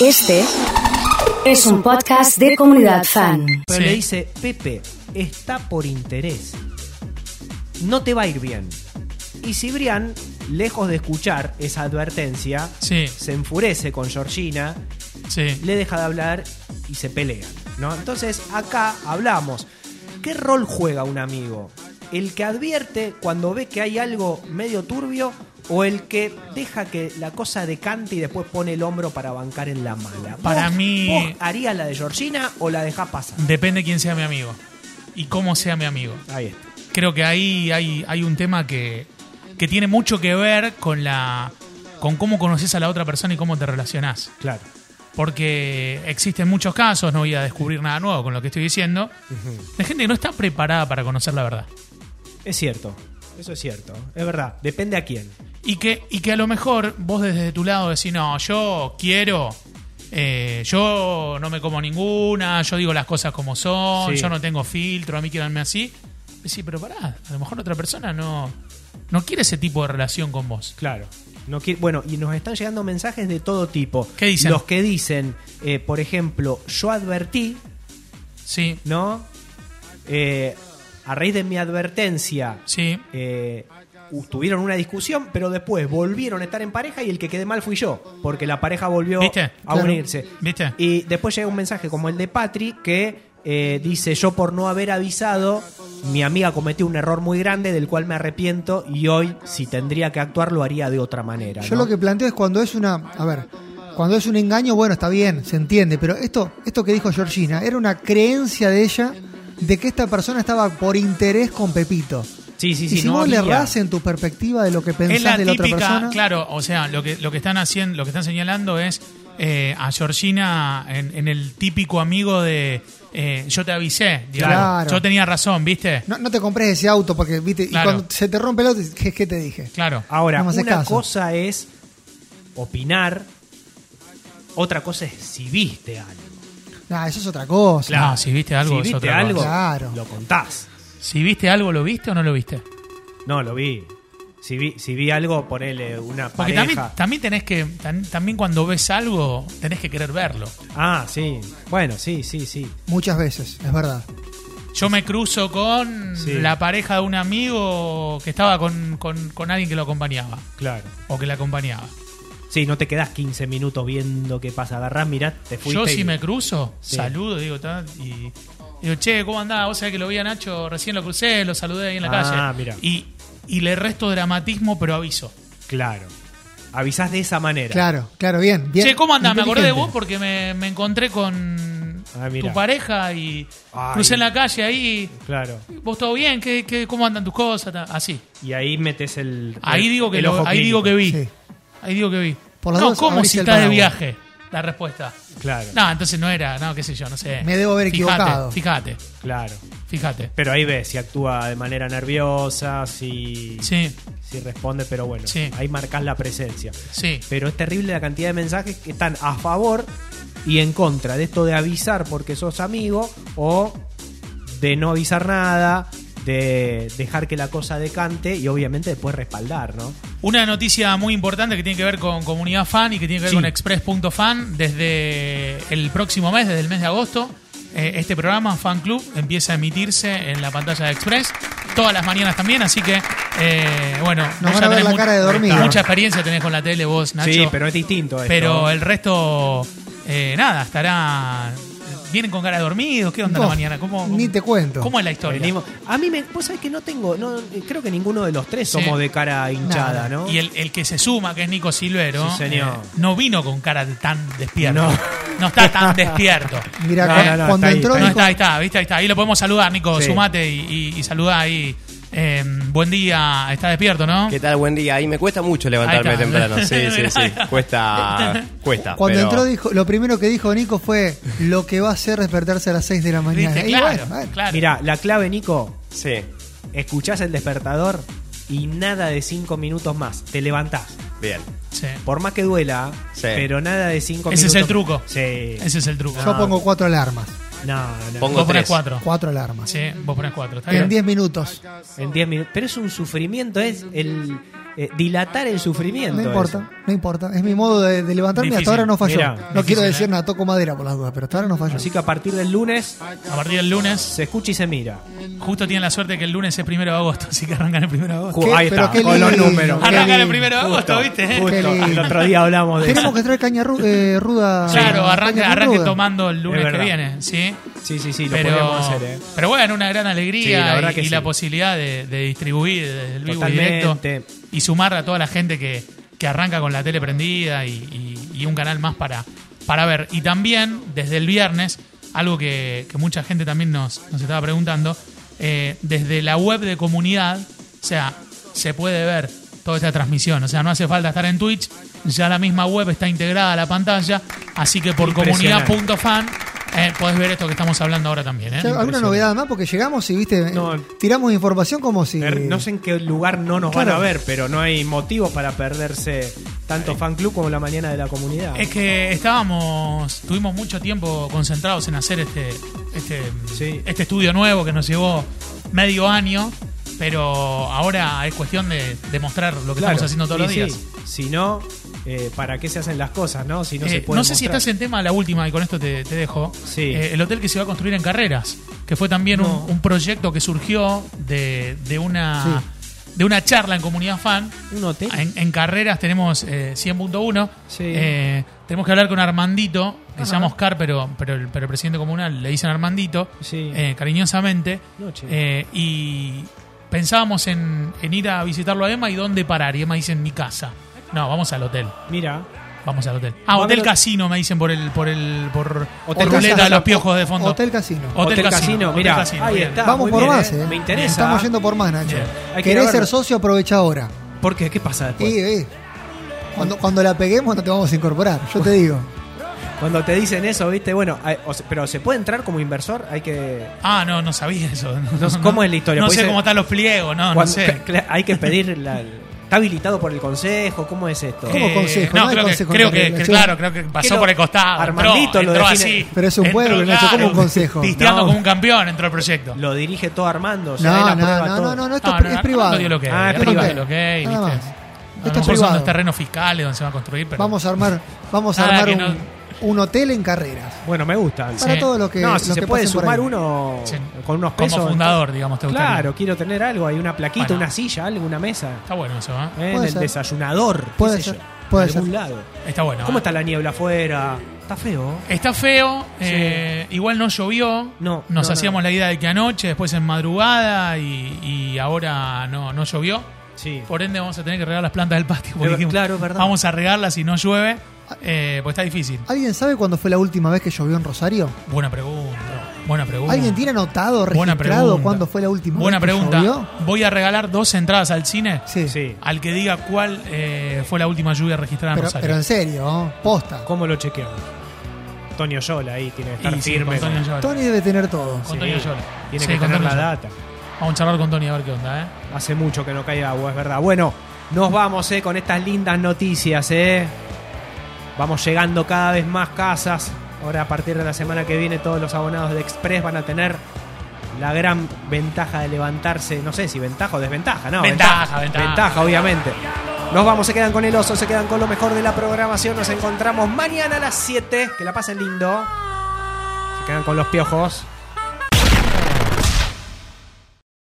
Este es un podcast de comunidad fan. Pero Sí. le dice, Pepe, está por interés. No te va a ir bien. Y Cibrián, lejos de escuchar esa advertencia, Sí, se enfurece con Georgina, sí. le deja de hablar y se pelean. ¿no? Entonces, acá hablamos. ¿Qué rol juega un amigo? ¿El que advierte cuando ve que hay algo medio turbio o el que deja que la cosa decante y después pone el hombro para bancar en la mala? Para ¿Vos- mí- ¿Vos harías la de Georgina o la dejás pasar? Depende quién sea mi amigo y cómo sea mi amigo. Ahí está. Creo que ahí hay, hay un tema que, que tiene mucho que ver con la con cómo conoces a la otra persona y cómo te relacionás. Claro. Porque existen muchos casos, no voy a descubrir nada nuevo con lo que estoy diciendo, de gente que no está preparada para conocer la verdad. Es cierto. Eso es cierto. Es verdad. Depende a quién. Y que, y que a lo mejor vos desde tu lado decís, no, yo quiero, eh, yo no me como ninguna, yo digo las cosas como son, Sí. yo no tengo filtro, a mí quieranme así. Sí, pero pará, a lo mejor otra persona no, no quiere ese tipo de relación con vos. Claro. No qui- bueno, y nos están llegando mensajes de todo tipo. ¿Qué dicen? Los que dicen, eh, por ejemplo, yo advertí, Sí, ¿no? Eh, a raíz de mi advertencia, sí, eh, u- tuvieron una discusión, pero después volvieron a estar en pareja y el que quedé mal fui yo, porque la pareja volvió ¿Viste? a Claro. unirse. ¿Viste? Y después llega un mensaje como el de Patri que eh, dice, yo por no haber avisado, mi amiga cometió un error muy grande del cual me arrepiento y hoy si tendría que actuar lo haría de otra manera. Yo ¿no? lo que planteo es cuando es una. A ver, cuando es un engaño, bueno, está bien, se entiende, pero esto, esto que dijo Georgina era una creencia de ella de que esta persona estaba por interés con Pepito. Sí, sí, sí, y si no vos le había. errás en tu perspectiva de lo que Es pensás la de la otra típica, persona. claro, o sea, lo que, lo que están haciendo, lo que están señalando es eh, a Georgina en, en el típico amigo de eh, yo te avisé, digamos. Claro. yo tenía razón, ¿viste? No, no te compres ese auto porque, viste, Claro. y cuando se te rompe el auto, ¿qué, qué te dije? Claro. Ahora, No me haces una caso. cosa es opinar, otra cosa es si viste algo. Ah, eso es otra cosa. Claro, Ah, si viste algo, si es viste otra cosa. algo, Claro. lo contás. Si viste algo, ¿lo viste o no lo viste? No, lo vi. Si vi, si vi algo, ponele una Porque pareja. también, también tenés que. tan- también cuando ves algo, tenés que querer verlo. Ah, sí. Bueno, sí, sí, sí. Muchas veces, es verdad. Yo me cruzo con Sí. la pareja de un amigo que estaba con, con- con alguien que lo acompañaba. Claro. O que la acompañaba. Sí, no te quedás 15 minutos viendo qué pasa. Agarrás, mirás, te fuiste. Yo y- si me cruzo, Sí. saludo, digo, ta, y digo, che, ¿cómo andás? Vos sabés que lo vi a Nacho, recién lo crucé, lo saludé ahí en la Ah, calle. mirá. Y, y le resto dramatismo, pero aviso. Claro. Avisás de esa manera. Claro, claro, bien. bien Che, ¿cómo andás? Me acordé de vos inteligente. porque me, me encontré con Ah, mirá. tu pareja y Ay. crucé en la calle ahí. Claro. ¿Vos todo bien? ¿Qué, qué, ¿Cómo andan tus cosas? Ta- Así. Y ahí metes el. Ahí el- digo que, el lo- ojo ahí clínico. digo que vi. Sí. Ahí digo que vi. Por las no, dudas, ¿cómo abrís si el estás de paraguas. viaje? La respuesta. Claro. No, entonces no era, no, qué sé yo, no sé. Me debo haber Fíjate, equivocado. Fíjate, Claro. fíjate. Pero ahí ves si actúa de manera nerviosa, si. Sí, Si responde, pero bueno. Sí. Ahí marcas la presencia. sí. Pero es terrible la cantidad de mensajes que están a favor y en contra de esto de avisar porque sos amigo o de no avisar nada, de dejar que la cosa decante y obviamente después respaldar, ¿no? Una noticia muy importante que tiene que ver con comunidad fan y que tiene que ver Sí. con express.fan desde el próximo mes, desde el mes de agosto. eh, este programa, Fan Club, empieza a emitirse en la pantalla de Express todas las mañanas también. Así que, eh, bueno, Nos vos van ya a ver tenés la mu- cara de dormido. Mucha experiencia tenés con la tele vos, Nacho. Sí, pero es distinto esto. Pero el resto, eh, nada, estará. Vienen con cara de dormidos. ¿Qué onda No, la mañana? ¿Cómo, ni te cuento. ¿Cómo es la historia? Venimos- A mí me... Vos sabés que no tengo... No, creo que ninguno de los tres Sí. somos de cara hinchada, ¿no? Y el, el que se suma, que es Nico Silvero, eh, Sí, señor. no vino con cara de tan despierto. No. No, está tan despierto. Mirá, No, cuando, no, no, cuando está ahí, entró No, ahí. Nico- está, ahí está, ¿viste? Ahí está. Ahí lo podemos saludar, Nico. Sí. Sumate y, y, y saludá ahí. Eh, buen día, está despierto, ¿no? ¿Qué tal? Buen día. Y me cuesta mucho levantarme Ahí está. temprano. Sí, sí, sí. Mirá. Cuesta. Cuesta. Cuando Ah, pero- entró, dijo, lo primero que dijo Nico fue lo que va a ser despertarse a las 6 de la mañana. ¿Viste? Y Claro, bueno, bueno. claro. Mirá, la clave, Nico, Sí. escuchás el despertador y nada de cinco minutos más. Te levantás. Bien. Sí. Por más que duela, Sí. pero nada de cinco Ese minutos. es el truco. Sí. Ese es el truco. Yo pongo cuatro alarmas. No, no. Pongo vos ponés tres. Ah. cuatro. Cuatro alarmas. Sí, vos ponés cuatro. Está En bien. 10 minutos. En 10 minutos. Pero es un sufrimiento, es el, eh, dilatar el sufrimiento. No eso. importa, no importa. Es mi modo de, de levantarme y hasta Difícil. ahora no falló. Mirá, no difícil, quiero decir ¿eh? nada, toco madera por las dudas, pero hasta ahora no falló. Así que a partir del lunes A partir del lunes, se escucha y se mira. justo tienen la suerte que el lunes es primero de agosto, así que arrancan el primero de agosto. Qué- Ahí pero está, qué con los lindo, números. qué Arrancan el lindo. primero de agosto, Justo, ¿viste? justo. Qué lindo. El otro día hablamos de Tenemos eso. que traer caña ru- eh, ruda. Claro, arranque, caña arranque ruda. tomando el lunes Es que verdad. viene, ¿sí? Sí, sí, sí, lo Pero, podríamos hacer, ¿eh? pero bueno, una gran Sí, la alegría verdad y, que y sí. la posibilidad de, de distribuir desde el vivo y directo Totalmente. y sumar a toda la gente que, que arranca con la tele prendida y, y- y un canal más para, para ver. Y también, desde el viernes, algo que, que mucha gente también nos, nos estaba preguntando, eh, desde la web de comunidad, o sea, se puede ver toda esta transmisión, o sea, no hace falta estar en Twitch, ya la misma web está integrada a la pantalla, así que por Impresionante. comunidad.fan eh, podés ver esto que estamos hablando ahora también. ¿eh? O sea, ¿Alguna novedad más? Porque llegamos y, viste, No. tiramos información como si. Er, No sé en qué lugar no nos van Claro. a ver, pero no hay motivo para perderse tanto fan club como la mañana de la comunidad. Es que estábamos, tuvimos mucho tiempo concentrados en hacer este, este, Sí. este estudio nuevo que nos llevó medio año, pero ahora es cuestión de, de mostrar lo que Claro. estamos haciendo todos Y los días. sí, Si no, eh, ¿para qué se hacen las cosas, no? Si no Eh, se puede sé si mostrar. estás en tema la última, y con esto te, te dejo. Sí. Eh, el hotel que se va a construir en Carreras, que fue también No. un, un proyecto que surgió de, de una, de una charla en comunidad fan. un hotel. Ah, En, en carreras tenemos eh, 100.1. Sí. Eh, tenemos que hablar con Armandito, que se Ajá. llama Oscar, pero, pero, el, pero el presidente comunal le dicen Armandito, Sí. eh, cariñosamente. No, che. Eh, y pensábamos en, en ir a visitarlo a Emma y dónde parar. Y Emma dice en mi casa. No, vamos al hotel. Mira, Vamos al hotel. Va Ah, a Hotel haber- Casino, me dicen por el, por el, por Hotel por ruleta Casino. de los piojos de fondo. Hotel Casino. hotel, casino. Mira, Hotel Casino, ahí bien. está. Vamos muy por bien, más, ¿eh? ¿eh? Me interesa. Estamos yendo por más, Nacho. Bien. Hay que ir a ¿Querés verlo. ser socio? Aprovecha ahora. ¿Por qué? ¿Qué pasa después? Y, eh, Cuando, cuando la peguemos no te vamos a incorporar, yo te digo. Cuando te dicen eso, viste, bueno, hay- o se- pero se puede entrar como inversor, hay que. Ah, no, no sabía eso. No, sé cómo es la historia, No porque sé se- cómo están los pliegos, no, no cuando- sé. cla- hay que pedir la- Está habilitado por el consejo, ¿cómo es esto? ¿Cómo Eh, consejo? No, No hay creo, consejo que, en creo la que- regla, que- che. claro, creo que pasó Que lo- por el costado. Armandito lo entró, entró define. así. Pero es un Entró, pueblo, Nacho, ¿cómo un consejo? Pisteando No. como un campeón entró el proyecto. Lo dirige todo Armando, o sea, él No, no, aprueba no, todo. no, no, no, esto No, es, no, es no, privado. no dio lo que Ah, es, es privado. privado, dio lo que es, Nada ¿viste? más. A lo Esto es mejor son privado. los terrenos fiscales donde se va a construir, pero. Vamos a armar, vamos a Nada armar que un, no- un hotel en carreras. Bueno, me gusta. Para Sí. todos los que no, si los se que puede pasen por sumar ahí. uno Sí. con unos Como pesos. fundador, digamos, te gustaría. Claro, quiero tener algo, hay una plaquita, Bueno. una silla, algo, una mesa. Está bueno eso, ¿eh? ¿eh? Puede En el ser. desayunador. qué Puede sé ser, yo, en puede algún ser. lado. Está bueno. ¿Cómo ¿eh? está la niebla afuera? Está feo. Está feo, Sí. eh, igual no llovió. No, Nos no, hacíamos no. la idea de que anoche, después en madrugada y, y ahora no, no llovió. Sí. Por ende, vamos a tener que regar las plantas del patio. porque Eh, dijimos, claro, es verdad. Vamos a regarlas si no llueve, eh, pues está difícil. ¿Alguien sabe cuándo fue la última vez que llovió en Rosario? Buena pregunta. Buena pregunta. ¿Alguien tiene anotado, Buena registrado pregunta. cuándo fue la última Buena vez que pregunta. llovió? Voy a regalar dos entradas al cine Sí. Sí. al que diga cuál eh, fue la última lluvia registrada en Ah, Pero, Rosario. pero en serio, ¿no? posta. ¿Cómo lo chequeamos? Toño Yola ahí tiene que estar Y sí, firme. con Tony Yola. Tony debe tener todo. Con Sí, Tony Yola. Tiene Sí, que con tener Tony la Yola. data. Vamos a charlar con Tony a ver qué onda, ¿eh? Hace mucho que no cae agua, es verdad. Bueno, nos vamos eh, con estas lindas noticias. Eh. Vamos llegando cada vez más casas. Ahora a partir de la semana que viene todos los abonados de Express van a tener la gran ventaja de levantarse. No sé si ventaja o desventaja, ¿no? Ventaja, ventaja. Ventaja, obviamente. Nos vamos, se quedan con el oso, se quedan con lo mejor de la programación. Nos encontramos mañana a las 7. Que la pasen lindo. Se quedan con los piojos.